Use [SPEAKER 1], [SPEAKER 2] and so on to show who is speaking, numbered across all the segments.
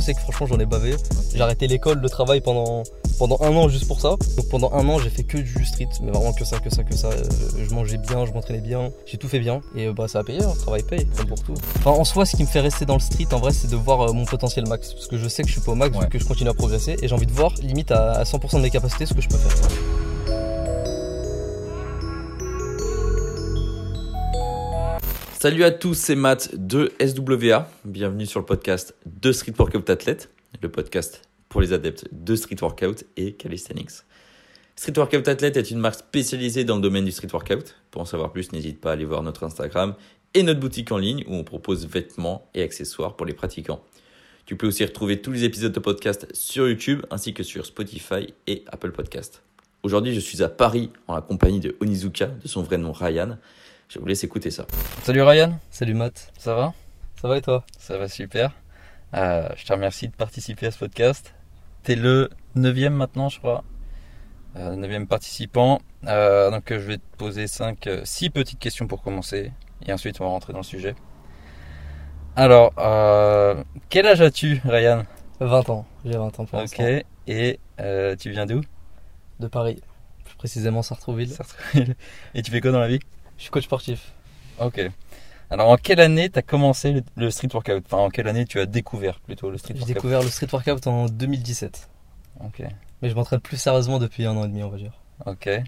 [SPEAKER 1] sais que franchement j'en ai bavé. J'ai arrêté l'école, le travail pendant, pendant un an juste pour ça. Donc pendant un an j'ai fait que du street, mais vraiment que ça, que ça, que ça. Euh, Je mangeais bien, je m'entraînais bien, j'ai tout fait bien. Et euh, bah ça a payé, hein, le travail paye, comme pour tout. Enfin en soi ce qui me fait rester dans le street en vrai c'est de voir euh, mon potentiel max. Parce que je sais que je suis pas au max,
[SPEAKER 2] Ouais.
[SPEAKER 1] que je continue à progresser et j'ai envie de voir limite à, à 100% de mes capacités ce que je peux faire.
[SPEAKER 3] Salut à tous, c'est Matt de SWA. Bienvenue sur le podcast de Street Workout Athlète, le podcast pour les adeptes de Street Workout et Calisthenics. Street Workout Athlète est une marque spécialisée dans le domaine du street workout. Pour en savoir plus, n'hésite pas à aller voir notre Instagram et notre boutique en ligne où on propose vêtements et accessoires pour les pratiquants. Tu peux aussi retrouver tous les épisodes de podcast sur YouTube ainsi que sur Spotify et Apple Podcast. Aujourd'hui, je suis à Paris en la compagnie de Onizuka, de son vrai nom Ryan. Je vous laisse écouter ça.
[SPEAKER 2] Salut Ryan,
[SPEAKER 1] Salut Matt,
[SPEAKER 2] ça va
[SPEAKER 1] ça va et toi
[SPEAKER 2] Ça va super. Euh, je te remercie de participer à ce podcast. T'es le neuvième maintenant, je crois. Euh, neuvième participant. Euh, donc euh, je vais te poser cinq, euh, six petites questions pour commencer. Et ensuite on va rentrer dans le sujet. Alors, euh, quel âge as-tu, Ryan
[SPEAKER 1] 20 ans, j'ai 20 ans pour
[SPEAKER 2] Ok.
[SPEAKER 1] l'instant.
[SPEAKER 2] Et euh, tu viens d'où
[SPEAKER 1] De Paris, plus précisément Sartrouville.
[SPEAKER 2] Sartrouville. Et tu fais quoi dans la vie
[SPEAKER 1] Je suis coach sportif.
[SPEAKER 2] Ok. Alors en quelle année t'as commencé le, le street workout Enfin en quelle année tu as découvert plutôt le street
[SPEAKER 1] J'ai
[SPEAKER 2] workout
[SPEAKER 1] découvert le street workout en 2017.
[SPEAKER 2] Ok.
[SPEAKER 1] Mais je m'entraîne plus sérieusement depuis un an et demi, on va dire.
[SPEAKER 2] Ok. Et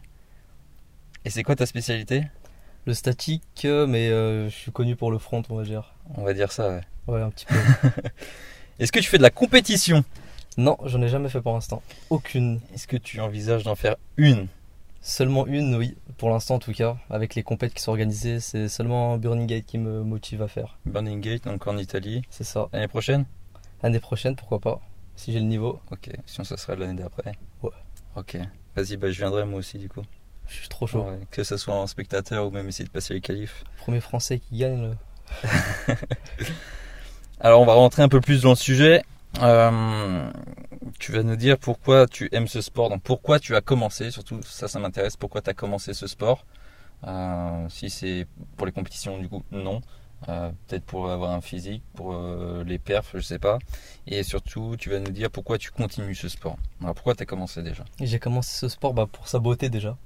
[SPEAKER 2] c'est quoi ta spécialité
[SPEAKER 1] Le statique, euh, mais euh, je suis connu pour le front, on va dire.
[SPEAKER 2] On va dire ça, ouais.
[SPEAKER 1] Ouais, un petit peu.
[SPEAKER 2] Est-ce que tu fais de la compétition
[SPEAKER 1] non, j'en ai jamais fait pour l'instant. Aucune.
[SPEAKER 2] Est-ce que tu envisages d'en faire une
[SPEAKER 1] Seulement une, oui, pour l'instant en tout cas. Avec les compètes qui sont organisées, c'est seulement Burning Gate qui me motive à faire.
[SPEAKER 2] Burning Gate, donc en Italie.
[SPEAKER 1] C'est ça.
[SPEAKER 2] L'année prochaine
[SPEAKER 1] L'année prochaine, pourquoi pas, si j'ai le niveau.
[SPEAKER 2] Ok. Sinon, ça sera l'année d'après.
[SPEAKER 1] Ouais.
[SPEAKER 2] Ok. Vas-y, bah, je viendrai moi aussi, du coup.
[SPEAKER 1] Je suis trop chaud.
[SPEAKER 2] Ouais, Que ce soit en spectateur ou même essayer de passer les qualifs.
[SPEAKER 1] Premier français qui gagne. le-
[SPEAKER 2] Alors, on va rentrer un peu plus dans le sujet. Euh, tu vas nous dire pourquoi tu aimes ce sport, donc pourquoi tu as commencé, surtout ça, ça m'intéresse, pourquoi tu as commencé ce sport. Euh, si c'est pour les compétitions, du coup, non. Euh, Peut-être pour avoir un physique, pour euh, les perfs, je sais pas. Et surtout, tu vas nous dire pourquoi tu continues ce sport. Alors, pourquoi tu as commencé déjà
[SPEAKER 1] Et J'ai commencé ce sport bah, pour sa beauté déjà.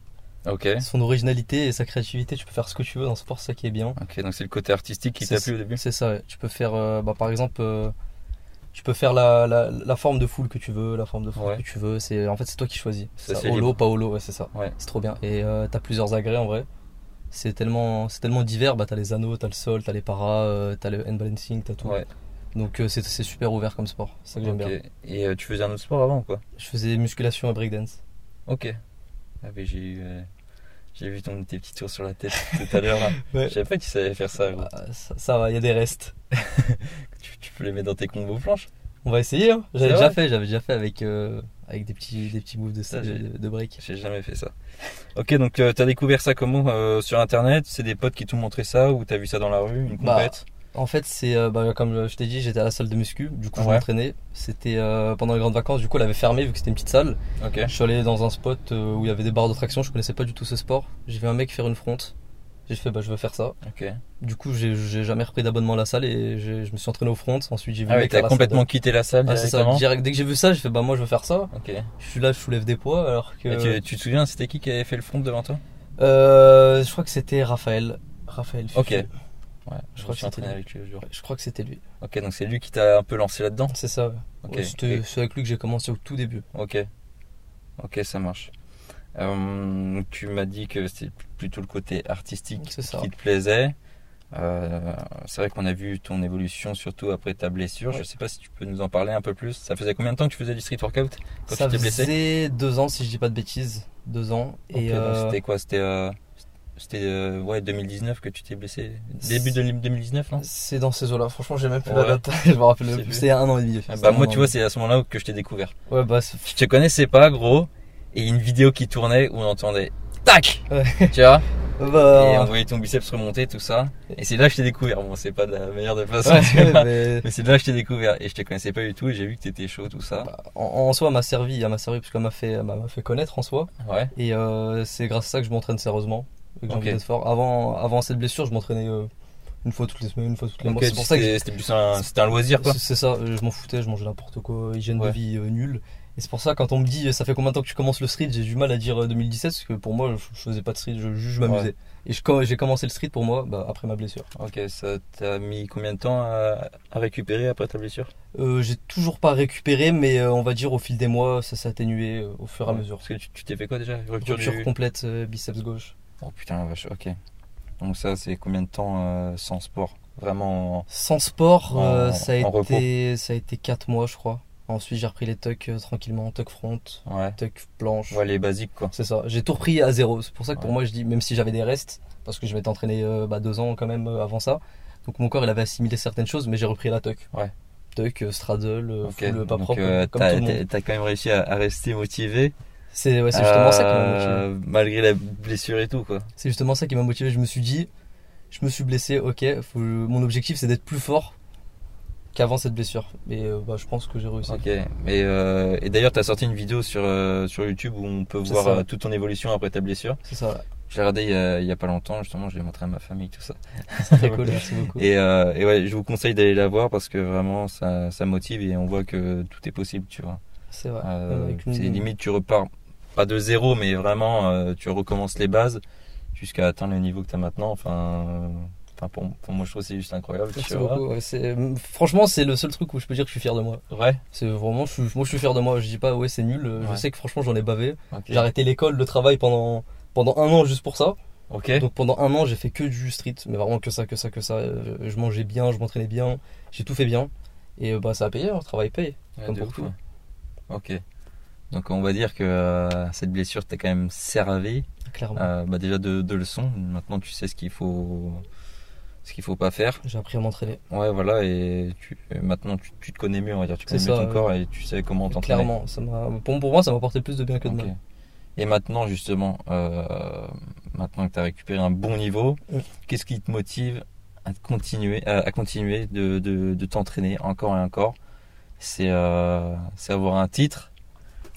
[SPEAKER 2] Ok,
[SPEAKER 1] Son originalité et sa créativité, tu peux faire ce que tu veux dans ce sport, c'est ça qui est bien.
[SPEAKER 2] ok, donc c'est le côté artistique qui
[SPEAKER 1] C'est-
[SPEAKER 2] t'a plu au début
[SPEAKER 1] C'est ça, ouais. tu peux faire, euh, bah, par exemple, euh, tu peux faire la, la, la forme de foule que tu veux, la forme de foule
[SPEAKER 2] Ouais.
[SPEAKER 1] que tu veux. C'est en fait c'est toi qui choisis. C'est
[SPEAKER 2] Ça, c'est
[SPEAKER 1] ça. Holo,
[SPEAKER 2] libre.
[SPEAKER 1] pas holo, ouais, c'est ça.
[SPEAKER 2] Ouais.
[SPEAKER 1] C'est trop bien. Et euh, t'as plusieurs agrès en vrai. C'est tellement, c'est tellement divers. Bah t'as les anneaux, t'as le sol, t'as les paras, euh, t'as le hand balancing, t'as tout.
[SPEAKER 2] Ouais,
[SPEAKER 1] Donc euh, c'est c'est super ouvert comme sport. C'est ça que j'aime
[SPEAKER 2] ok.
[SPEAKER 1] bien.
[SPEAKER 2] Et euh, tu faisais un autre sport avant ou quoi
[SPEAKER 1] Je faisais musculation et breakdance.
[SPEAKER 2] Ok. Ah mais j'ai eu, euh, j'ai vu ton tes petits tours sur la tête tout à l'heure. là. Je
[SPEAKER 1] Ouais.
[SPEAKER 2] savais pas que tu savais faire ça. gros.
[SPEAKER 1] Ah, ça, ça va, il y a des restes.
[SPEAKER 2] Tu, tu peux les mettre dans tes combos planches.
[SPEAKER 1] On va essayer. Hein. J'avais
[SPEAKER 2] C'est
[SPEAKER 1] déjà
[SPEAKER 2] vrai
[SPEAKER 1] fait, j'avais déjà fait avec euh, avec des petits des petits moves de,
[SPEAKER 2] Ça, j'ai-
[SPEAKER 1] de, de break.
[SPEAKER 2] J'ai jamais fait ça. Ok, donc euh, t'as découvert ça comment euh, sur internet C'est des potes qui t'ont montré ça ou t'as vu ça dans la rue Une
[SPEAKER 1] Bah,
[SPEAKER 2] compète
[SPEAKER 1] En fait, c'est euh, bah, comme je t'ai dit, j'étais à la salle de muscu, du coup je
[SPEAKER 2] Ouais.
[SPEAKER 1] m'entraînais. C'était euh, pendant les grandes vacances, du coup elle avait fermé vu que c'était une petite salle.
[SPEAKER 2] Ok.
[SPEAKER 1] Je suis allé dans un spot euh, où il y avait des barres de traction, je connaissais pas du tout ce sport. J'ai vu un mec faire une fronte. J'ai fait bah je veux faire ça.
[SPEAKER 2] Ok.
[SPEAKER 1] Du coup, j'ai j'ai jamais repris d'abonnement à la salle et j'ai- je me suis entraîné aux frontes. Ensuite, j'ai vu
[SPEAKER 2] Ah
[SPEAKER 1] le
[SPEAKER 2] ouais,
[SPEAKER 1] mec à
[SPEAKER 2] t'as
[SPEAKER 1] la
[SPEAKER 2] complètement
[SPEAKER 1] salle
[SPEAKER 2] quitté la salle
[SPEAKER 1] de- Ah, c'est ça,
[SPEAKER 2] directement.
[SPEAKER 1] direct. Dès que j'ai vu ça, j'ai fait bah moi je veux faire ça.
[SPEAKER 2] ok.
[SPEAKER 1] Je suis là, je soulève des poids alors que
[SPEAKER 2] Et tu, tu te souviens, c'était qui qui avait fait le front devant toi
[SPEAKER 1] Euh, je crois que c'était Raphaël. Raphaël. Fufu.
[SPEAKER 2] Ok. Ouais.
[SPEAKER 1] je crois que
[SPEAKER 2] suis
[SPEAKER 1] c'était
[SPEAKER 2] entraîné
[SPEAKER 1] lui.
[SPEAKER 2] avec lui le jour.
[SPEAKER 1] Je crois que c'était lui.
[SPEAKER 2] Ok, donc c'est lui qui t'a un peu lancé là-dedans.
[SPEAKER 1] C'est ça. ouais.
[SPEAKER 2] Ok.
[SPEAKER 1] Ouais, c'était- c'est avec lui que j'ai commencé au tout début.
[SPEAKER 2] Ok. Ok, ça marche. Euh, tu m'as dit que c'était plutôt le côté artistique
[SPEAKER 1] C'est ça.
[SPEAKER 2] qui te plaisait. Euh, c'est vrai qu'on a vu ton évolution, surtout après ta blessure. Je
[SPEAKER 1] Ouais.
[SPEAKER 2] sais pas si tu peux nous en parler un peu plus. Ça faisait combien de temps que tu faisais du street workout quand
[SPEAKER 1] ça
[SPEAKER 2] tu t'es blessé
[SPEAKER 1] faisait deux ans, si je dis pas de bêtises. Deux ans.
[SPEAKER 2] Ok,
[SPEAKER 1] Et
[SPEAKER 2] donc
[SPEAKER 1] euh,
[SPEAKER 2] C'était quoi C'était euh, c'était, euh, ouais, 2019 que tu t'es blessé Début de 2019, non
[SPEAKER 1] c'est dans ces eaux-là. Franchement, j'ai même plus
[SPEAKER 2] Ouais.
[SPEAKER 1] la date. je me rappelle
[SPEAKER 2] Je sais
[SPEAKER 1] même plus.
[SPEAKER 2] plus.
[SPEAKER 1] C'était il y a un an et demi.
[SPEAKER 2] Ah
[SPEAKER 1] C'était
[SPEAKER 2] Bah,
[SPEAKER 1] un
[SPEAKER 2] moi,
[SPEAKER 1] an
[SPEAKER 2] tu
[SPEAKER 1] et
[SPEAKER 2] vois,
[SPEAKER 1] demi.
[SPEAKER 2] c'est à ce moment-là que je t'ai découvert.
[SPEAKER 1] Ouais, bah, c'est-
[SPEAKER 2] Je te connaissais pas, gros, et une vidéo qui tournait où on entendait TAC
[SPEAKER 1] Ouais.
[SPEAKER 2] Tu vois Et on
[SPEAKER 1] bah,
[SPEAKER 2] voyait ton biceps remonter, tout ça. Et c'est là que je t'ai découvert. Bon, c'est pas de la meilleure des façons. tu
[SPEAKER 1] ouais,
[SPEAKER 2] vois.
[SPEAKER 1] mais-
[SPEAKER 2] Mais c'est là que je t'ai découvert. Et je te connaissais pas du tout. Et j'ai vu que t'étais chaud, tout ça.
[SPEAKER 1] bah, en, en soi, elle m'a servi. Elle m'a servi parce qu'elle m'a fait, elle m'a elle m'a fait connaître en soi.
[SPEAKER 2] Ouais.
[SPEAKER 1] Et euh, c'est grâce à ça que je m'entraîne sérieusement. et que j'ai
[SPEAKER 2] Ok.
[SPEAKER 1] envie d'être fort. Avant, avant cette blessure, je m'entraînais euh, une fois toutes les semaines, une fois toutes les
[SPEAKER 2] Ok,
[SPEAKER 1] mois. C'est pour ça que
[SPEAKER 2] c'était c'était plus un, c'était un loisir quoi.
[SPEAKER 1] C'est c'est ça, euh, je m'en foutais, je mangeais n'importe quoi, hygiène
[SPEAKER 2] Ouais.
[SPEAKER 1] de vie euh, nulle. Et c'est pour ça, quand on me dit euh, ça fait combien de temps que tu commences le street, j'ai du mal à dire euh, 2017, parce que pour moi, je, je faisais pas de street, je, juste je m'amusais. Et je- quand j'ai commencé le street pour moi bah, après ma blessure.
[SPEAKER 2] Ok, ça t'a mis combien de temps à, à récupérer après ta blessure
[SPEAKER 1] Euh, j'ai toujours pas récupéré, mais euh, on va dire au fil des mois, ça s'est atténué euh, au fur et à mesure.
[SPEAKER 2] Parce que tu tu t'es fait quoi déjà Rupture
[SPEAKER 1] Rupture
[SPEAKER 2] du-
[SPEAKER 1] complète, euh, biceps gauche.
[SPEAKER 2] Oh putain, la vache, ok. Donc ça, c'est combien de temps euh, sans sport Vraiment. en-
[SPEAKER 1] Sans sport, euh,
[SPEAKER 2] En-
[SPEAKER 1] ça,
[SPEAKER 2] en
[SPEAKER 1] a
[SPEAKER 2] repos.
[SPEAKER 1] été, ça a été 4 mois, je crois. Ensuite, j'ai repris les tucks euh, tranquillement, tuck front,
[SPEAKER 2] Ouais.
[SPEAKER 1] tuck planche.
[SPEAKER 2] Ouais, les basiques quoi.
[SPEAKER 1] C'est ça, j'ai tout repris à zéro. C'est pour ça que pour
[SPEAKER 2] Ouais.
[SPEAKER 1] moi, je dis, même si j'avais des restes, parce que je m'étais entraîné euh, bah, deux ans quand même euh, avant ça, donc mon corps il avait assimilé certaines choses, mais j'ai repris la tuck.
[SPEAKER 2] Ouais.
[SPEAKER 1] Tuck, euh, straddle, euh,
[SPEAKER 2] Ok,
[SPEAKER 1] full, euh, pas
[SPEAKER 2] donc,
[SPEAKER 1] propre,
[SPEAKER 2] euh,
[SPEAKER 1] comme
[SPEAKER 2] t'as-
[SPEAKER 1] tout le monde.
[SPEAKER 2] t'as- T'as quand même réussi à, à rester motivé.
[SPEAKER 1] C'est ouais, c'est justement ça qui m'a motivé.
[SPEAKER 2] euh, Malgré la blessure et tout quoi.
[SPEAKER 1] C'est justement ça qui m'a motivé. Je me suis dit, je me suis blessé, ok, faut- mon objectif c'est d'être plus fort qu'avant cette blessure. Et euh, bah, je pense que j'ai réussi.
[SPEAKER 2] Ok. Et, euh, et d'ailleurs, t'as sorti une vidéo sur, euh, sur YouTube où on peut
[SPEAKER 1] C'est
[SPEAKER 2] voir
[SPEAKER 1] ça.
[SPEAKER 2] euh, toute ton évolution après ta blessure.
[SPEAKER 1] C'est ça,
[SPEAKER 2] Je l'ai regardé il y, a, il y a pas longtemps, justement, je l'ai montré à ma famille, tout ça.
[SPEAKER 1] c'est très cool, merci beaucoup.
[SPEAKER 2] Et, euh, et ouais, je vous conseille d'aller la voir parce que vraiment, ça, ça motive et on voit que tout est possible, tu vois.
[SPEAKER 1] C'est vrai.
[SPEAKER 2] Euh,
[SPEAKER 1] Avec une-
[SPEAKER 2] c'est limite tu repars pas de zéro mais vraiment euh, tu recommences les bases jusqu'à atteindre le niveau que tu as maintenant enfin euh, enfin pour, pour moi je trouve que c'est juste incroyable tu
[SPEAKER 1] Merci
[SPEAKER 2] vois.
[SPEAKER 1] beaucoup. ouais, c'est- hum, franchement, c'est le seul truc où je peux dire que je suis fier de moi.
[SPEAKER 2] ouais
[SPEAKER 1] C'est vraiment, je suis- moi je suis fier de moi. Je dis pas ouais c'est nul. euh,
[SPEAKER 2] Ouais.
[SPEAKER 1] Je sais que franchement j'en ai bavé.
[SPEAKER 2] ok,
[SPEAKER 1] J'ai arrêté l'école, le travail pendant pendant un an juste pour ça.
[SPEAKER 2] Ok.
[SPEAKER 1] Donc pendant un an j'ai fait que du street, mais vraiment que ça, que ça, que ça. Euh, Je mangeais bien, je m'entraînais bien, j'ai tout fait bien. Et euh, bah ça a payé, le travail paye.
[SPEAKER 2] Ouais,
[SPEAKER 1] comme
[SPEAKER 2] de
[SPEAKER 1] pour
[SPEAKER 2] ouf,
[SPEAKER 1] tout.
[SPEAKER 2] ouais. ok donc on va dire que euh, cette blessure t'a quand même servi
[SPEAKER 1] Clairement.
[SPEAKER 2] euh, bah, déjà de, de leçons maintenant tu sais ce qu'il faut ce qu'il faut pas faire
[SPEAKER 1] J'ai appris à m'entraîner.
[SPEAKER 2] ouais voilà et tu, et maintenant tu, tu te connais mieux on va dire tu connais
[SPEAKER 1] C'est
[SPEAKER 2] mieux
[SPEAKER 1] ça,
[SPEAKER 2] ton
[SPEAKER 1] ouais.
[SPEAKER 2] corps et tu sais comment t'entraîner
[SPEAKER 1] Clairement, ça m'a. Pour, pour moi ça m'a apporté plus de bien que de
[SPEAKER 2] Ok.
[SPEAKER 1] mal.
[SPEAKER 2] Et maintenant, justement, euh, maintenant que tu as récupéré un bon niveau,
[SPEAKER 1] Oui.
[SPEAKER 2] qu'est-ce qui te motive à te continuer, à, à continuer de, de- de t'entraîner encore et encore C'est euh, c'est avoir un titre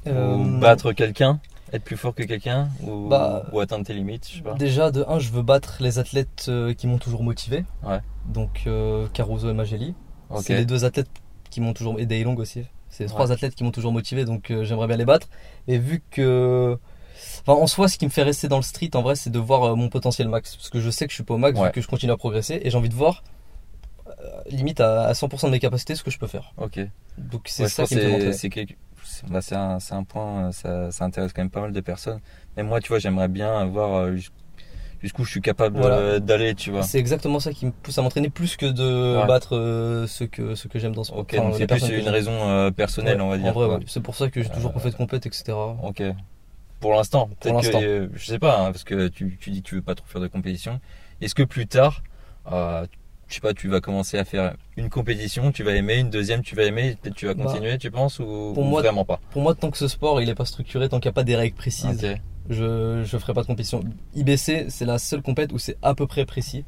[SPEAKER 2] ou
[SPEAKER 1] Euh,
[SPEAKER 2] battre quelqu'un être plus fort que quelqu'un ou,
[SPEAKER 1] Bah,
[SPEAKER 2] ou atteindre tes limites, je sais pas.
[SPEAKER 1] Déjà, de 1, je veux battre les athlètes euh, qui m'ont toujours motivé.
[SPEAKER 2] Ouais.
[SPEAKER 1] Donc euh, Caruso et Magelli.
[SPEAKER 2] Ok.
[SPEAKER 1] C'est les deux athlètes qui m'ont toujours. Et Daylong aussi. C'est les
[SPEAKER 2] Ouais.
[SPEAKER 1] trois athlètes qui m'ont toujours motivé, donc euh, j'aimerais bien les battre. Et vu que. Enfin, en soi, ce qui me fait rester dans le street, en vrai, c'est de voir euh, mon potentiel max. Parce que je sais que je suis pas au max,
[SPEAKER 2] Ouais.
[SPEAKER 1] vu que je continue à progresser. Et j'ai envie de voir, euh, limite à, à 100% de mes capacités, ce que je peux faire.
[SPEAKER 2] Ok.
[SPEAKER 1] Donc c'est
[SPEAKER 2] Ouais, je
[SPEAKER 1] ça
[SPEAKER 2] pense
[SPEAKER 1] qui me fait
[SPEAKER 2] que
[SPEAKER 1] m'entraîner.
[SPEAKER 2] c'est quelque- c'est- bah, c'est un, c'est un point, euh, ça, ça intéresse quand même pas mal de personnes. Mais moi, tu vois, j'aimerais bien voir euh, jus- jusqu'où je suis capable
[SPEAKER 1] Voilà.
[SPEAKER 2] euh, d'aller, tu vois.
[SPEAKER 1] C'est exactement ça qui me pousse à m'entraîner plus que de
[SPEAKER 2] Ouais.
[SPEAKER 1] battre euh, ce que, ce que j'aime dans ce
[SPEAKER 2] Ok,
[SPEAKER 1] enfin,
[SPEAKER 2] donc
[SPEAKER 1] les
[SPEAKER 2] c'est plus
[SPEAKER 1] personnes que
[SPEAKER 2] une
[SPEAKER 1] j'aime.
[SPEAKER 2] raison euh, personnelle,
[SPEAKER 1] Ouais,
[SPEAKER 2] on va
[SPEAKER 1] en
[SPEAKER 2] dire.
[SPEAKER 1] vrai,
[SPEAKER 2] quoi. Euh.
[SPEAKER 1] ouais. C'est pour ça que j'ai toujours pas fait de compète, etc.
[SPEAKER 2] Ok. Pour l'instant, peut-être que
[SPEAKER 1] l'instant.
[SPEAKER 2] euh, je sais pas, hein, parce que tu, tu dis que tu veux pas trop faire de compétition. Est-ce que plus tard, euh, je sais pas, tu vas commencer à faire une compétition, tu vas aimer une deuxième, tu vas aimer, peut-être tu vas
[SPEAKER 1] Bah,
[SPEAKER 2] continuer, tu penses ou,
[SPEAKER 1] pour
[SPEAKER 2] ou
[SPEAKER 1] moi,
[SPEAKER 2] vraiment pas
[SPEAKER 1] Pour moi, tant que ce sport il est pas structuré, tant qu'il n'y a pas des règles précises,
[SPEAKER 2] Ok.
[SPEAKER 1] je, je ferai pas de compétition. IBC, c'est la seule compète où c'est à peu près précis,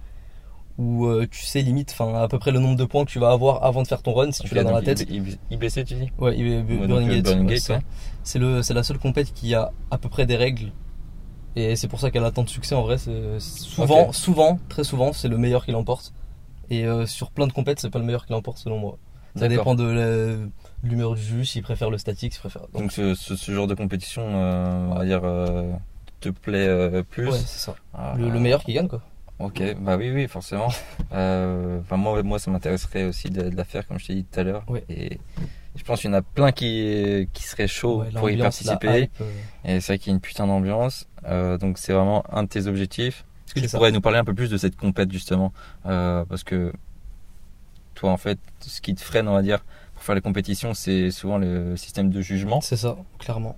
[SPEAKER 1] où euh, tu sais limite, enfin à peu près le nombre de points que tu vas avoir avant de faire ton run si tu
[SPEAKER 2] Ok,
[SPEAKER 1] l'as dans la
[SPEAKER 2] donc
[SPEAKER 1] tête.
[SPEAKER 2] I- I- IBC, tu dis
[SPEAKER 1] Ouais, IB-
[SPEAKER 2] Ouais, donc,
[SPEAKER 1] Burning
[SPEAKER 2] euh,
[SPEAKER 1] Gate,
[SPEAKER 2] Burning
[SPEAKER 1] ouais,
[SPEAKER 2] Gate,
[SPEAKER 1] c'est
[SPEAKER 2] ouais.
[SPEAKER 1] ça. c'est le, c'est la seule compète qui a à peu près des règles. Et c'est pour ça qu'elle a tant de succès en vrai. c'est- Souvent, souvent, très souvent, c'est le meilleur qui l'emporte. Et euh, sur plein de compètes, c'est pas le meilleur qui l'emporte selon moi. Ça dépend
[SPEAKER 2] D'accord.
[SPEAKER 1] de la- de l'humeur du juge, s'il préfère le statique, s'il préfère. Donc,
[SPEAKER 2] Donc ce, ce- ce genre de compétition, euh, on va dire, euh, te plaît euh, plus.
[SPEAKER 1] ouais, c'est ça. Le,
[SPEAKER 2] Euh,
[SPEAKER 1] le meilleur qui gagne quoi.
[SPEAKER 2] Ok, bah oui, oui, forcément. Euh, enfin, moi, moi, ça m'intéresserait aussi de, de la faire, comme je t'ai dit tout à l'heure.
[SPEAKER 1] Ouais.
[SPEAKER 2] Et je pense qu'il y en a plein qui, qui seraient chauds
[SPEAKER 1] Ouais,
[SPEAKER 2] Oh, pour y
[SPEAKER 1] l'ambiance, la
[SPEAKER 2] participer.
[SPEAKER 1] hype, euh,
[SPEAKER 2] Et c'est vrai qu'il y a une putain d'ambiance. Euh, donc, c'est vraiment un de tes objectifs. Est-ce que
[SPEAKER 1] C'est
[SPEAKER 2] tu
[SPEAKER 1] ça.
[SPEAKER 2] pourrais nous parler un peu plus de cette compète, justement Euh, Parce que toi, en fait, ce qui te freine, on va dire, pour faire les compétitions, c'est souvent le système de jugement.
[SPEAKER 1] C'est ça, clairement.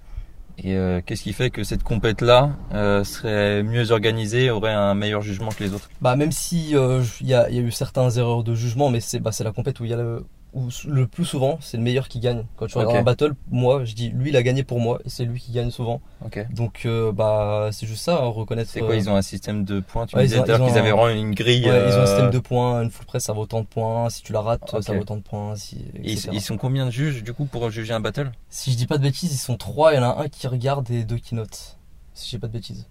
[SPEAKER 2] Et euh, qu'est-ce qui fait que cette compète-là euh, serait mieux organisée, aurait un meilleur jugement que les autres
[SPEAKER 1] Bah même si euh, il y, a il y a eu certaines erreurs de jugement, mais c'est bah, c'est la compète où il y a le, où s- le plus souvent c'est le meilleur qui gagne. Quand tu regardes
[SPEAKER 2] Ok.
[SPEAKER 1] un battle, moi je dis lui il a gagné pour moi et c'est lui qui gagne souvent.
[SPEAKER 2] Ok.
[SPEAKER 1] Donc euh, bah c'est juste ça, hein, reconnaître.
[SPEAKER 2] C'est quoi
[SPEAKER 1] euh,
[SPEAKER 2] Ils ont un système de points. Tu
[SPEAKER 1] ouais,
[SPEAKER 2] me
[SPEAKER 1] ils
[SPEAKER 2] disais
[SPEAKER 1] ont-
[SPEAKER 2] tout à l'heure
[SPEAKER 1] ils
[SPEAKER 2] qu'ils
[SPEAKER 1] ont
[SPEAKER 2] avaient
[SPEAKER 1] un-
[SPEAKER 2] vraiment une grille.
[SPEAKER 1] ouais, ils ont un système
[SPEAKER 2] euh,
[SPEAKER 1] de points, une full press ça vaut autant de points, si tu la rates
[SPEAKER 2] Ok.
[SPEAKER 1] ça vaut autant de points. Si,
[SPEAKER 2] Ils,
[SPEAKER 1] etc.
[SPEAKER 2] ils sont combien de juges du coup pour juger un battle
[SPEAKER 1] Si je dis pas de bêtises, ils sont trois, il y en a un qui regarde et deux qui notent. Si je dis pas de bêtises.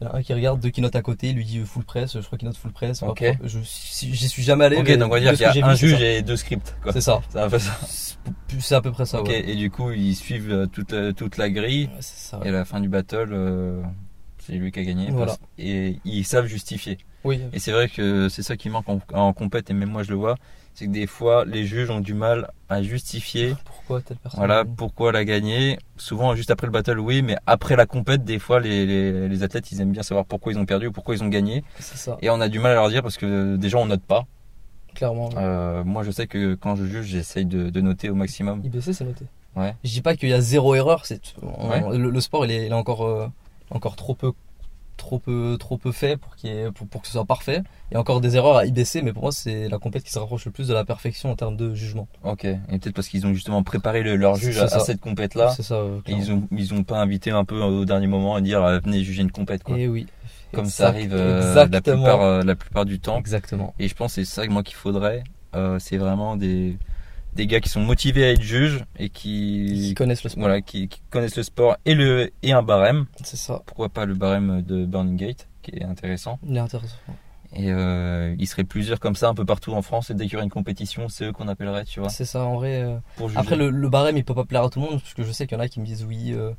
[SPEAKER 1] Il y en a un qui regarde, deux qui note à côté, lui dit euh, full press, je crois qu'il note full press.
[SPEAKER 2] Ok.
[SPEAKER 1] Hop, je- si- J'y suis jamais allé.
[SPEAKER 2] Ok,
[SPEAKER 1] mais
[SPEAKER 2] donc on va
[SPEAKER 1] de
[SPEAKER 2] dire
[SPEAKER 1] ce
[SPEAKER 2] qu'il
[SPEAKER 1] que
[SPEAKER 2] y
[SPEAKER 1] j'ai
[SPEAKER 2] a un
[SPEAKER 1] vu, c'est
[SPEAKER 2] juge
[SPEAKER 1] ça.
[SPEAKER 2] et deux scripts. quoi.
[SPEAKER 1] C'est ça.
[SPEAKER 2] C'est un peu ça.
[SPEAKER 1] C'est- C'est à peu près ça.
[SPEAKER 2] Ok,
[SPEAKER 1] ouais.
[SPEAKER 2] et du coup, ils suivent euh, toute la, toute la grille.
[SPEAKER 1] Ouais, c'est ça.
[SPEAKER 2] Et à la fin du battle, euh, c'est lui qui a gagné.
[SPEAKER 1] Voilà.
[SPEAKER 2] parce- Et ils savent justifier.
[SPEAKER 1] Oui.
[SPEAKER 2] Et c'est vrai que c'est ça qui manque en, en compète, et même moi je le vois, c'est que des fois les juges ont du mal à justifier.
[SPEAKER 1] Pourquoi telle personne
[SPEAKER 2] Voilà pourquoi elle a gagné. Souvent, juste après le battle, oui, mais après la compète, des fois, les, les, les athlètes, ils aiment bien savoir pourquoi ils ont perdu ou pourquoi ils ont gagné.
[SPEAKER 1] C'est ça.
[SPEAKER 2] Et on a du mal à leur dire parce que euh, déjà, on note pas.
[SPEAKER 1] Clairement. ouais.
[SPEAKER 2] Euh, moi, je sais que quand je juge, j'essaye de, de noter au maximum.
[SPEAKER 1] IBC, c'est noté.
[SPEAKER 2] Ouais.
[SPEAKER 1] Je dis pas qu'il y a zéro erreur, c'est on-
[SPEAKER 2] Ouais.
[SPEAKER 1] le, le sport il est, il est encore euh, encore trop peu trop peu trop peu fait pour qu'il y ait- pour, pour que ce soit parfait. Il y a encore des erreurs à IBC, mais pour moi c'est la compète qui se rapproche le plus de la perfection en termes de jugement.
[SPEAKER 2] Ok. Et peut-être parce qu'ils ont justement préparé le- leur juge
[SPEAKER 1] C'est
[SPEAKER 2] à, à
[SPEAKER 1] ça.
[SPEAKER 2] cette compète-là.
[SPEAKER 1] c'est ça. euh,
[SPEAKER 2] Et
[SPEAKER 1] clairement.
[SPEAKER 2] ils ont, ils ont pas invité un peu au dernier moment à dire euh, venez juger une compète quoi.
[SPEAKER 1] Eh oui.
[SPEAKER 2] Comme
[SPEAKER 1] Exact-
[SPEAKER 2] ça arrive euh, la
[SPEAKER 1] exactement.
[SPEAKER 2] plupart euh, la plupart du temps.
[SPEAKER 1] Exactement.
[SPEAKER 2] Et je pense que c'est ça que moi qu'il faudrait. euh, c'est vraiment des, des gars qui sont motivés à être juges et
[SPEAKER 1] Ils
[SPEAKER 2] qui,
[SPEAKER 1] connaissent le sport.
[SPEAKER 2] voilà, qui, qui connaissent le sport et, le, et un barème.
[SPEAKER 1] C'est ça.
[SPEAKER 2] Pourquoi pas le barème de Burning Gate qui est intéressant.
[SPEAKER 1] Il est intéressant.
[SPEAKER 2] Et euh, il serait plusieurs comme ça un peu partout en France et dès qu'il y aurait une compétition, c'est eux qu'on appellerait, tu vois,
[SPEAKER 1] C'est ça en vrai. euh,
[SPEAKER 2] pour juger.
[SPEAKER 1] Après, le, le barème, il peut pas plaire à tout le monde, parce que je sais qu'il y en a qui me disent oui, euh,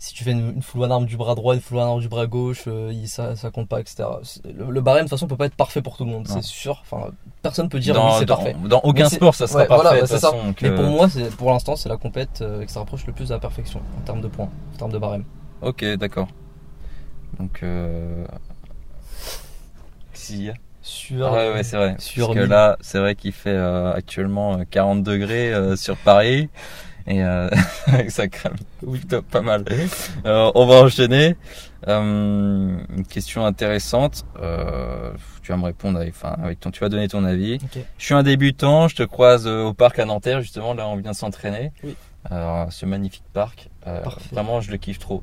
[SPEAKER 1] si tu fais une, une full one arm du bras droit, une full one arm du bras gauche, euh, il- ça, ça compte pas, etc. C'est- Le, le barème, de toute façon, peut pas être parfait pour tout le monde,
[SPEAKER 2] Non.
[SPEAKER 1] c'est sûr. Enfin, personne peut dire oui,
[SPEAKER 2] dans,
[SPEAKER 1] c'est
[SPEAKER 2] dans-
[SPEAKER 1] parfait.
[SPEAKER 2] dans aucun
[SPEAKER 1] Mais c'est-
[SPEAKER 2] sport, ça sera
[SPEAKER 1] ouais,
[SPEAKER 2] parfait.
[SPEAKER 1] voilà,
[SPEAKER 2] de
[SPEAKER 1] bah,
[SPEAKER 2] toute
[SPEAKER 1] c'est ça.
[SPEAKER 2] façon, que-
[SPEAKER 1] Mais pour moi, c'est pour l'instant, c'est la compète euh, qui se rapproche le plus de la perfection en termes de points, en termes de barème.
[SPEAKER 2] Ok, d'accord. Donc, euh... s'il y a-
[SPEAKER 1] Sur,
[SPEAKER 2] Ah ouais, ouais, c'est vrai.
[SPEAKER 1] Sur
[SPEAKER 2] Parce que
[SPEAKER 1] mille.
[SPEAKER 2] là, c'est vrai qu'il fait euh, actuellement euh, 40 degrés euh, sur Paris. Et euh, ça crame oui, top, pas mal. Euh, on va enchaîner. Euh, une question intéressante. Euh, tu vas me répondre avec, enfin, avec ton, tu vas donner ton avis.
[SPEAKER 1] Ok.
[SPEAKER 2] Je suis un débutant, je te croise euh, au parc à Nanterre, justement, là on vient de s'entraîner.
[SPEAKER 1] Oui.
[SPEAKER 2] Alors, ce magnifique parc, euh,
[SPEAKER 1] Parfait.
[SPEAKER 2] vraiment je le kiffe trop.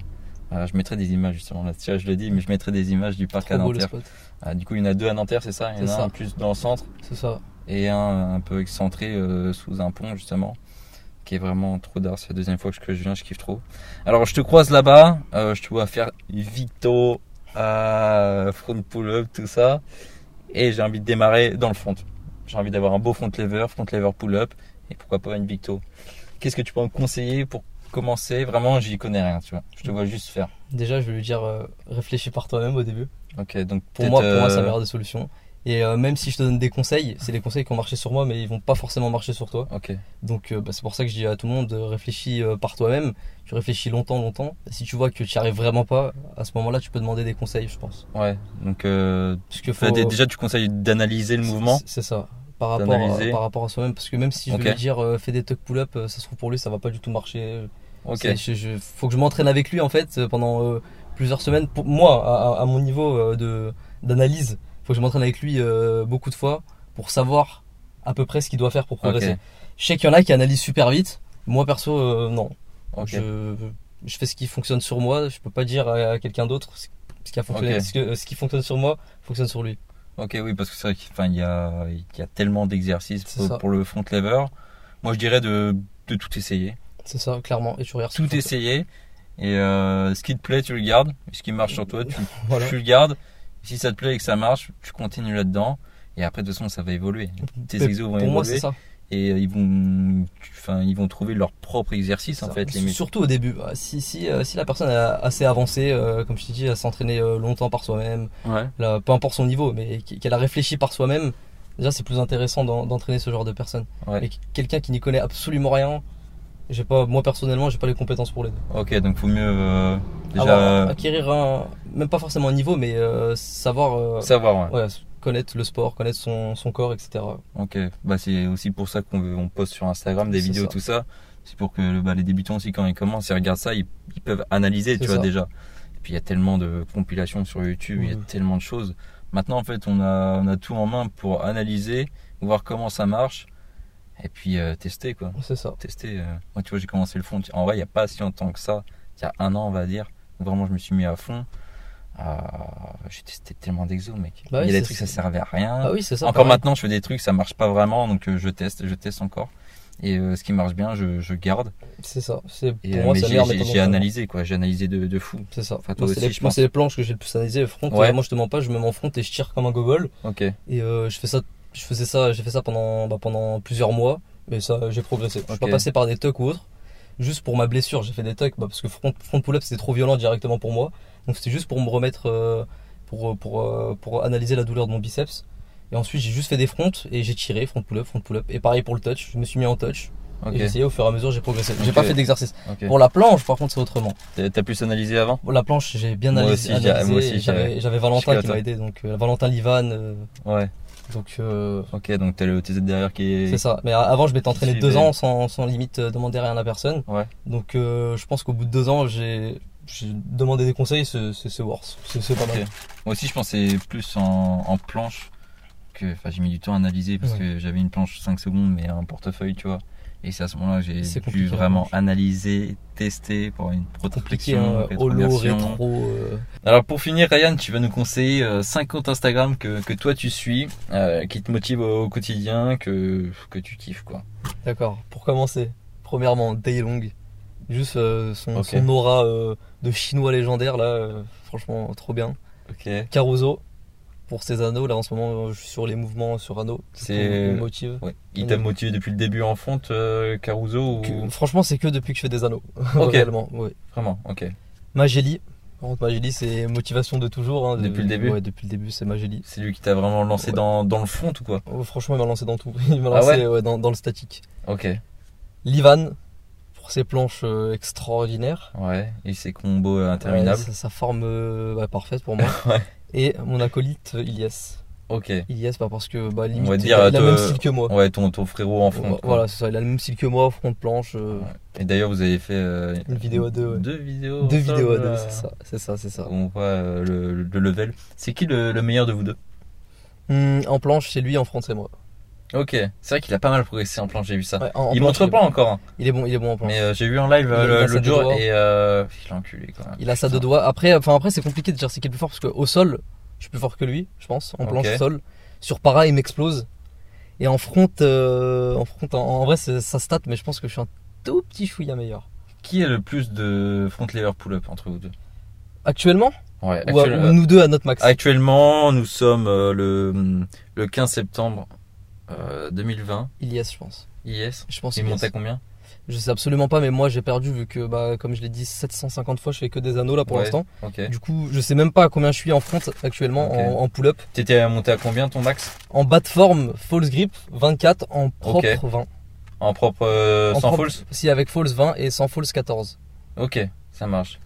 [SPEAKER 2] Euh, je mettrai des images justement là, tu vois, je le dis, mais je mettrai des images du parc
[SPEAKER 1] trop
[SPEAKER 2] à
[SPEAKER 1] beau le
[SPEAKER 2] Nanterre.
[SPEAKER 1] spot.
[SPEAKER 2] Ah, du coup, il y en a deux à Nanterre, c'est ça Il y en a
[SPEAKER 1] C'est
[SPEAKER 2] un
[SPEAKER 1] ça.
[SPEAKER 2] en plus dans le centre
[SPEAKER 1] C'est ça.
[SPEAKER 2] et un un peu excentré euh, sous un pont justement, qui est vraiment trop d'art. C'est la deuxième fois que je- que je viens, je kiffe trop. Alors, je te croise là-bas, euh, je te vois faire Vito, euh, front pull-up, tout ça, et j'ai envie de démarrer dans le front. J'ai envie d'avoir un beau front lever, front lever pull-up, et pourquoi pas une Victo. Qu'est-ce que tu peux me conseiller pour commencer Vraiment, j'y connais rien, tu vois. Je te vois juste faire.
[SPEAKER 1] Déjà, je vais lui dire, euh, réfléchis par toi-même au début.
[SPEAKER 2] Ok, donc
[SPEAKER 1] Pour moi,
[SPEAKER 2] peut-être,
[SPEAKER 1] pour moi, c'est
[SPEAKER 2] euh,
[SPEAKER 1] la meilleure des solutions. Et euh, même si je te donne des conseils, c'est des conseils qui ont marché sur moi, mais ils vont pas forcément marcher sur toi.
[SPEAKER 2] Ok.
[SPEAKER 1] Donc euh, bah, c'est pour ça que je dis à tout le monde, euh, réfléchis euh, par toi-même, tu réfléchis longtemps, longtemps. Si tu vois que tu n'y arrives vraiment pas, à ce moment-là, tu peux demander des conseils, je pense.
[SPEAKER 2] Ouais, donc euh,
[SPEAKER 1] Parce que
[SPEAKER 2] Faut-
[SPEAKER 1] faut...
[SPEAKER 2] Déjà, tu conseilles d'analyser le
[SPEAKER 1] c'est-
[SPEAKER 2] mouvement.
[SPEAKER 1] c'est- C'est ça. Par rapport, à,
[SPEAKER 2] D'analyser.
[SPEAKER 1] par rapport à soi-même, parce que même si je
[SPEAKER 2] Ok.
[SPEAKER 1] vais lui dire euh, fais des tuck pull-up, euh, ça se trouve pour lui ça va pas du tout marcher.
[SPEAKER 2] Ok.
[SPEAKER 1] C'est- Je, je- faut que je m'entraîne avec lui en fait euh, pendant euh, plusieurs semaines. Pour moi, à- à, à mon niveau euh, de d'analyse, faut que je m'entraîne avec lui euh, beaucoup de fois pour savoir à peu près ce qu'il doit faire pour progresser.
[SPEAKER 2] Ok.
[SPEAKER 1] Je sais qu'il y en a qui analysent super vite. Moi perso, euh, non.
[SPEAKER 2] Ok.
[SPEAKER 1] Je, je fais ce qui fonctionne sur moi. Je peux pas dire à, à quelqu'un d'autre ce, ce qui a fonctionné.
[SPEAKER 2] Ok.
[SPEAKER 1] Ce, que- ce qui fonctionne sur moi fonctionne sur lui.
[SPEAKER 2] Ok, oui, parce que c'est vrai qu'il enfin, il y, a, il y a tellement d'exercices
[SPEAKER 1] C'est ça.
[SPEAKER 2] pour, pour le front lever. Moi, je dirais de, de tout essayer.
[SPEAKER 1] C'est ça, clairement. Et tu regardes. ce
[SPEAKER 2] Tout
[SPEAKER 1] qui fonctionne.
[SPEAKER 2] essayer. Et euh, ce qui te plaît, tu le gardes. Et Ce qui marche sur toi, tu,
[SPEAKER 1] Voilà.
[SPEAKER 2] tu le gardes. Si ça te plaît et que ça marche, tu continues là-dedans. Et après, de toute façon, ça va évoluer. Tes
[SPEAKER 1] Mais
[SPEAKER 2] exos vont
[SPEAKER 1] Pour moi, c'est
[SPEAKER 2] évoluer.
[SPEAKER 1] ça.
[SPEAKER 2] et euh, ils vont, tu- enfin, ils vont trouver leur propre exercice, en
[SPEAKER 1] Ça.
[SPEAKER 2] fait, limite.
[SPEAKER 1] Surtout au début. Euh, Si, si, euh, si la personne est assez avancée, euh, comme je t'ai dit, à s'entraîner euh, longtemps par soi-même,
[SPEAKER 2] Ouais.
[SPEAKER 1] là, peu importe son niveau, mais qu- qu'elle a réfléchi par soi-même, déjà c'est plus intéressant d'en- d'entraîner ce genre de personne.
[SPEAKER 2] Ouais.
[SPEAKER 1] Mais qu- quelqu'un qui n'y connaît absolument rien, j'ai pas, moi personnellement, j'ai pas les compétences pour l'aider.
[SPEAKER 2] Ok, donc faut mieux euh, déjà
[SPEAKER 1] Avoir-
[SPEAKER 2] euh,
[SPEAKER 1] acquérir un, même pas forcément un niveau, mais euh, savoir euh,
[SPEAKER 2] savoir. ouais.
[SPEAKER 1] ouais, s- connaître le sport, connaître son, son corps, etc.
[SPEAKER 2] Ok, bah c'est aussi pour ça qu'on veut- on poste sur Instagram des
[SPEAKER 1] C'est
[SPEAKER 2] vidéos,
[SPEAKER 1] ça.
[SPEAKER 2] tout ça. C'est pour que bah, les débutants aussi, quand ils commencent, ils regardent ça, ils, ils peuvent analyser,
[SPEAKER 1] C'est
[SPEAKER 2] tu
[SPEAKER 1] ça.
[SPEAKER 2] vois, déjà. Et puis il y a tellement de compilations sur YouTube, il y a
[SPEAKER 1] Oui.
[SPEAKER 2] tellement de choses. Maintenant, en fait, on a, on a tout en main pour analyser, voir comment ça marche, et puis euh, tester, quoi.
[SPEAKER 1] C'est ça.
[SPEAKER 2] Tester. euh. Moi, tu vois, j'ai commencé le fond. En vrai, il n'y a pas si longtemps que ça, il y a un an, on va dire. Vraiment, je me suis mis à fond. Euh, j'ai testé tellement d'exos, mec.
[SPEAKER 1] Bah oui,
[SPEAKER 2] il y a des
[SPEAKER 1] c'est-
[SPEAKER 2] trucs, ça servait à rien.
[SPEAKER 1] Ah oui, c'est ça.
[SPEAKER 2] Encore
[SPEAKER 1] pareil.
[SPEAKER 2] maintenant, je fais des trucs, ça marche pas vraiment, donc euh, je teste, je teste encore. Et euh, ce qui marche bien, je, je garde.
[SPEAKER 1] C'est ça. C'est pour
[SPEAKER 2] Et, euh,
[SPEAKER 1] moi
[SPEAKER 2] mais
[SPEAKER 1] c'est la meilleure
[SPEAKER 2] j'ai- j'ai
[SPEAKER 1] méthode
[SPEAKER 2] j'ai
[SPEAKER 1] d'entraînement.
[SPEAKER 2] analysé, quoi. J'ai analysé de, de fou.
[SPEAKER 1] C'est ça.
[SPEAKER 2] Enfin, toi
[SPEAKER 1] Moi, c'est
[SPEAKER 2] aussi,
[SPEAKER 1] les,
[SPEAKER 2] je
[SPEAKER 1] moi,
[SPEAKER 2] pense.
[SPEAKER 1] c'est les planches que j'ai le plus analysé. Front,
[SPEAKER 2] Ouais.
[SPEAKER 1] euh, moi je te mens pas, je me mets en front et je tire comme un gogol.
[SPEAKER 2] Ok.
[SPEAKER 1] Et euh, je fais ça, je faisais ça, j'ai fait ça pendant, bah, pendant plusieurs mois. Mais ça, euh, j'ai progressé. Je suis pas
[SPEAKER 2] Ok.
[SPEAKER 1] passé par des tucks ou autre. Juste pour ma blessure, j'ai fait des tucks bah, parce que front, front pull-up c'était trop violent directement pour moi. Donc c'était juste pour me remettre, euh, pour, pour, euh, pour analyser la douleur de mon biceps. Et ensuite j'ai juste fait des fronts et j'ai tiré front pull-up, front pull-up. Et pareil pour le touch, je me suis mis en touch.
[SPEAKER 2] Ok.
[SPEAKER 1] Et j'ai essayé au fur et à mesure, j'ai progressé. J'ai
[SPEAKER 2] Ok.
[SPEAKER 1] pas fait d'exercice.
[SPEAKER 2] ok.
[SPEAKER 1] Pour la planche, par contre, c'est autrement.
[SPEAKER 2] T'as- T'as plus analysé avant
[SPEAKER 1] Bon, La planche, j'ai bien
[SPEAKER 2] Moi
[SPEAKER 1] analysé.
[SPEAKER 2] aussi, j'ai-
[SPEAKER 1] analysé,
[SPEAKER 2] moi aussi,
[SPEAKER 1] j'avais,
[SPEAKER 2] j'avais-
[SPEAKER 1] j'avais
[SPEAKER 2] jusqu'à
[SPEAKER 1] Valentin qui
[SPEAKER 2] toi.
[SPEAKER 1] m'a aidé, donc euh, Valentin Livan. euh,
[SPEAKER 2] Ouais.
[SPEAKER 1] donc euh,
[SPEAKER 2] Ok, donc t'as le TZ derrière qui est.
[SPEAKER 1] c'est ça. Mais a- avant, je m'étais entraîné
[SPEAKER 2] Si,
[SPEAKER 1] deux
[SPEAKER 2] mais-
[SPEAKER 1] ans sans, sans limite euh, demander rien à personne.
[SPEAKER 2] Ouais.
[SPEAKER 1] Donc euh, je pense qu'au bout de deux ans, j'ai, j'ai demandé des conseils, c'est, c'est, c'est worse. C'est, c'est pas mal.
[SPEAKER 2] Ok. Moi aussi, je pensais plus en, en planche. que Enfin, j'ai mis du temps à analyser parce
[SPEAKER 1] Ouais.
[SPEAKER 2] que j'avais une planche 5 secondes, mais un portefeuille, tu vois. Et c'est à ce moment-là que j'ai
[SPEAKER 1] C'est
[SPEAKER 2] dû
[SPEAKER 1] compliqué, la
[SPEAKER 2] vraiment
[SPEAKER 1] planche.
[SPEAKER 2] analyser, tester pour une
[SPEAKER 1] Compliqué,
[SPEAKER 2] protection,
[SPEAKER 1] hein, holo,
[SPEAKER 2] rétroversion.
[SPEAKER 1] rétro. euh,
[SPEAKER 2] Alors pour finir, Ryan, tu vas nous conseiller 5 comptes Instagram que, que toi tu suis, euh, qui te motivent au au quotidien, que, que tu kiffes quoi.
[SPEAKER 1] D'accord. Pour commencer, premièrement, Daylong. Juste euh, son,
[SPEAKER 2] Ok.
[SPEAKER 1] son aura euh, de chinois légendaire là, euh, franchement, trop bien.
[SPEAKER 2] Ok.
[SPEAKER 1] Caruso pour ses anneaux. Là en ce moment, euh, je suis sur les mouvements sur anneaux. qui
[SPEAKER 2] C'est-
[SPEAKER 1] me motive.
[SPEAKER 2] Ouais. Il t'a motivé depuis le début en font, euh, Caruso ou...
[SPEAKER 1] Euh. Que- Franchement, c'est que depuis que je fais des anneaux.
[SPEAKER 2] Ok.
[SPEAKER 1] Réellement, ouais.
[SPEAKER 2] Vraiment, ok.
[SPEAKER 1] Magelli. Par contre, Magelli, c'est motivation de toujours. hein, de-
[SPEAKER 2] Depuis le début
[SPEAKER 1] Ouais, depuis le début, c'est Magelli.
[SPEAKER 2] C'est lui qui t'a vraiment lancé
[SPEAKER 1] Ouais.
[SPEAKER 2] dans, dans le front ou quoi
[SPEAKER 1] Oh, franchement, il m'a lancé dans tout. Il m'a
[SPEAKER 2] Ah
[SPEAKER 1] lancé
[SPEAKER 2] ouais
[SPEAKER 1] ouais, dans, dans le statique.
[SPEAKER 2] Ok.
[SPEAKER 1] Livan pour ses planches euh, extraordinaires.
[SPEAKER 2] Ouais. Et ses combos euh,
[SPEAKER 1] Ouais,
[SPEAKER 2] interminables.
[SPEAKER 1] sa, sa forme euh, bah, parfaite pour moi.
[SPEAKER 2] Ouais.
[SPEAKER 1] Et mon acolyte euh, Ilias.
[SPEAKER 2] ok.
[SPEAKER 1] Ilias, bah, parce que bah, limite,
[SPEAKER 2] va
[SPEAKER 1] il
[SPEAKER 2] dire,
[SPEAKER 1] a, il a le
[SPEAKER 2] euh,
[SPEAKER 1] même style que moi.
[SPEAKER 2] Ouais, ton, ton frérot en front.
[SPEAKER 1] Bah,
[SPEAKER 2] quoi.
[SPEAKER 1] Voilà, c'est ça, il a le même style que moi, front de planche. euh,
[SPEAKER 2] Et d'ailleurs, vous avez fait euh,
[SPEAKER 1] Une vidéo à deux, ouais.
[SPEAKER 2] deux vidéos.
[SPEAKER 1] Deux
[SPEAKER 2] ensemble,
[SPEAKER 1] vidéos à
[SPEAKER 2] là.
[SPEAKER 1] deux, c'est ça, c'est ça, c'est ça.
[SPEAKER 2] Où On voit euh, le, le level. C'est qui le, le meilleur de vous deux
[SPEAKER 1] Hmm, en planche, c'est lui, en front, c'est moi.
[SPEAKER 2] Ok. C'est vrai qu'il a pas mal progressé en planche, j'ai vu ça.
[SPEAKER 1] Ouais, en- en
[SPEAKER 2] il
[SPEAKER 1] planche,
[SPEAKER 2] montre pas
[SPEAKER 1] est bon.
[SPEAKER 2] encore. hein.
[SPEAKER 1] Il est bon, il est bon en planche.
[SPEAKER 2] Mais euh, j'ai vu en live euh,
[SPEAKER 1] Il a- il a ça
[SPEAKER 2] l'autre
[SPEAKER 1] de
[SPEAKER 2] jour
[SPEAKER 1] droit.
[SPEAKER 2] et euh, il a enculé quoi.
[SPEAKER 1] Il a ça
[SPEAKER 2] Putain.
[SPEAKER 1] deux doigts. Après, enfin après, c'est compliqué de dire c'est qui est le plus fort parce que au sol, je suis plus fort que lui, je pense. En planche
[SPEAKER 2] Ok.
[SPEAKER 1] sol, sur para, il m'explose. Et en front, euh, en front, en, en vrai, c'est sa stat, mais je pense que je suis un tout petit chouïa meilleur.
[SPEAKER 2] Qui est le plus de front lever pull-up entre vous deux
[SPEAKER 1] Actuellement,
[SPEAKER 2] Ouais,
[SPEAKER 1] ou, à-
[SPEAKER 2] actuel-
[SPEAKER 1] ou
[SPEAKER 2] euh,
[SPEAKER 1] nous deux à notre max.
[SPEAKER 2] actuellement, nous sommes euh, le, le 15 septembre euh, 2020.
[SPEAKER 1] Ilias, je pense.
[SPEAKER 2] Yes.
[SPEAKER 1] Je pense.
[SPEAKER 2] Il
[SPEAKER 1] Ilias.
[SPEAKER 2] monte à combien
[SPEAKER 1] Je sais absolument pas, mais moi j'ai perdu vu que, bah, comme je l'ai dit 750 fois, je fais que des anneaux là pour
[SPEAKER 2] Ouais.
[SPEAKER 1] l'instant.
[SPEAKER 2] Ok.
[SPEAKER 1] Du coup, je sais même pas à combien je suis en front actuellement
[SPEAKER 2] Ok.
[SPEAKER 1] en, en pull-up.
[SPEAKER 2] T'étais monté à combien ton max
[SPEAKER 1] En bas de forme, false grip 24, en propre 20.
[SPEAKER 2] En propre euh,
[SPEAKER 1] En
[SPEAKER 2] sans
[SPEAKER 1] propre,
[SPEAKER 2] false
[SPEAKER 1] Si, avec false 20 et sans false 14.
[SPEAKER 2] Ok, ça marche.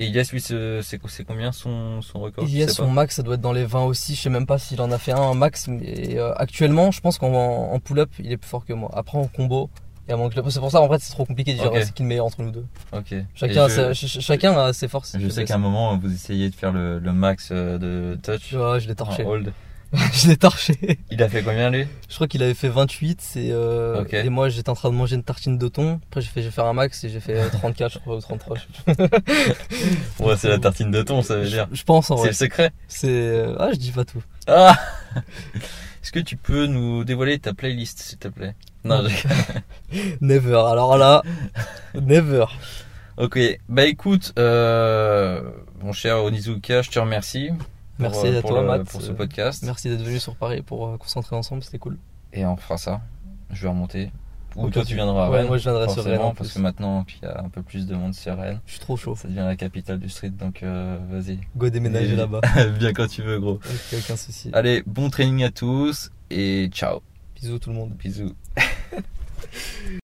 [SPEAKER 2] Et Yes, lui, c'est c'est- c'est combien son, son record
[SPEAKER 1] Il
[SPEAKER 2] Je
[SPEAKER 1] y a
[SPEAKER 2] sais
[SPEAKER 1] son
[SPEAKER 2] pas.
[SPEAKER 1] max, ça doit être dans les 20 aussi. Je sais même pas s'il en a fait un, un max. Mais euh, actuellement, je pense qu'en en pull-up, il est plus fort que moi. Après, en combo, et à mon club. C'est pour ça, en fait, c'est trop compliqué de dire
[SPEAKER 2] Ok.
[SPEAKER 1] ouais, c'est qui le meilleur entre nous deux.
[SPEAKER 2] Ok.
[SPEAKER 1] Chacun,
[SPEAKER 2] Et
[SPEAKER 1] a
[SPEAKER 2] je-
[SPEAKER 1] sa- ch- ch- chacun a ses forces.
[SPEAKER 2] Je sais qu'à un moment, vous essayez de faire le, le max euh, de touch.
[SPEAKER 1] Je, ouais, je l'ai
[SPEAKER 2] en
[SPEAKER 1] torché.
[SPEAKER 2] hold.
[SPEAKER 1] je l'ai torché.
[SPEAKER 2] Il a fait combien lui
[SPEAKER 1] Je crois qu'il avait fait 28. c'est, euh,
[SPEAKER 2] Ok.
[SPEAKER 1] Et moi, j'étais en train de manger une tartine de thon. Après, j'ai fait, je vais faire un max et j'ai fait euh, 34, je crois, ou 33. je-
[SPEAKER 2] Ouais, c'est la tartine de thon, ça veut
[SPEAKER 1] Je,
[SPEAKER 2] dire.
[SPEAKER 1] je pense en
[SPEAKER 2] C'est
[SPEAKER 1] vrai.
[SPEAKER 2] le secret.
[SPEAKER 1] C'est. euh, Ah, je dis pas tout.
[SPEAKER 2] Ah Est-ce que tu peux nous dévoiler ta playlist, s'il te plaît Non, je-
[SPEAKER 1] Never. Alors là, never.
[SPEAKER 2] Ok, bah écoute, euh, mon cher Onizuka, je te remercie. pour,
[SPEAKER 1] Merci
[SPEAKER 2] euh,
[SPEAKER 1] à
[SPEAKER 2] pour
[SPEAKER 1] toi,
[SPEAKER 2] le-
[SPEAKER 1] Matt.
[SPEAKER 2] Pour ce
[SPEAKER 1] Euh,
[SPEAKER 2] podcast.
[SPEAKER 1] Merci d'être venu sur Paris pour euh, concentrer ensemble, c'était cool.
[SPEAKER 2] Et on fera ça. Je vais remonter. Ou
[SPEAKER 1] Ok.
[SPEAKER 2] toi, tu viendras à
[SPEAKER 1] Ouais,
[SPEAKER 2] Rennes,
[SPEAKER 1] moi, je viendrai sur Rennes,
[SPEAKER 2] forcément,
[SPEAKER 1] en
[SPEAKER 2] Parce
[SPEAKER 1] plus.
[SPEAKER 2] que maintenant qu'il y a un peu plus de monde sur Rennes,
[SPEAKER 1] Je suis trop chaud.
[SPEAKER 2] ça devient la capitale du street, donc euh, vas-y.
[SPEAKER 1] Go déménager
[SPEAKER 2] Et-
[SPEAKER 1] là-bas.
[SPEAKER 2] Bien quand tu veux, gros.
[SPEAKER 1] Ok, aucun souci.
[SPEAKER 2] Allez, bon training à tous et ciao.
[SPEAKER 1] Bisous tout le monde.
[SPEAKER 2] Bisous.